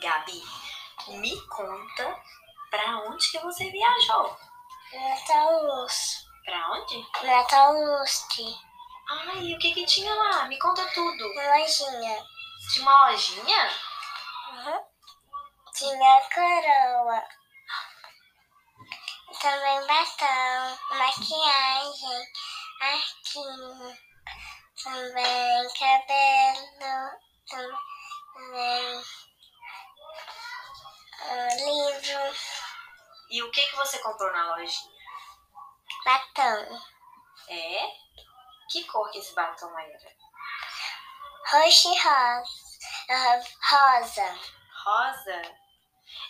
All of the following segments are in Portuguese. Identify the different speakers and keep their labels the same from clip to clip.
Speaker 1: Gabi, me conta pra onde que você viajou?
Speaker 2: Natalus.
Speaker 1: Pra onde?
Speaker 2: Natalusti.
Speaker 1: Ai, o que que tinha lá? Me conta tudo.
Speaker 2: Lojinha.
Speaker 1: Tinha uma lojinha?
Speaker 2: Tinha coroa. Também batom, maquiagem, arquinho. Também cabelo. Também. ah, livro.
Speaker 1: E o que que você comprou na lojinha?
Speaker 2: Batom.
Speaker 1: É? Que cor que esse batom era?
Speaker 2: Roxo e rosa. ah, rosa.
Speaker 1: Rosa?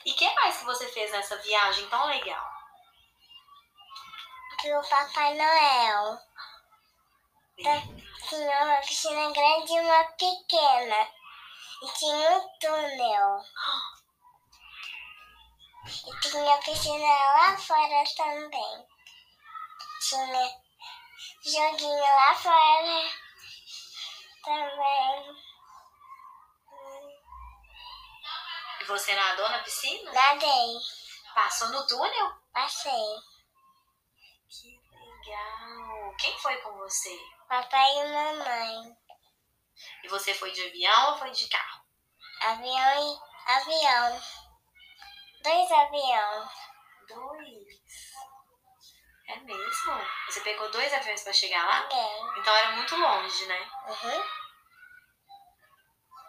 Speaker 1: E que mais que você fez nessa viagem tão legal?
Speaker 2: Pro Papai Noel. Tinha uma piscina é grande e uma pequena. E tinha um túnel. E tinha piscina lá fora também. Tinha joguinho lá fora também.
Speaker 1: E Você nadou na piscina?
Speaker 2: É. Nadei,
Speaker 1: Passou no túnel?
Speaker 2: passei.
Speaker 1: Que legal. Quem foi com você?
Speaker 2: Papai e mamãe.
Speaker 1: E você foi de avião ou foi de carro?
Speaker 2: Avião e avião. Dois aviões.
Speaker 1: Dois. É mesmo? Você pegou dois aviões pra chegar lá?
Speaker 2: Ninguém.
Speaker 1: Então era muito longe, né?
Speaker 2: Uhum.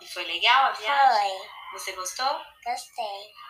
Speaker 1: E foi legal a viagem?
Speaker 2: Foi.
Speaker 1: Você gostou?
Speaker 2: Gostei.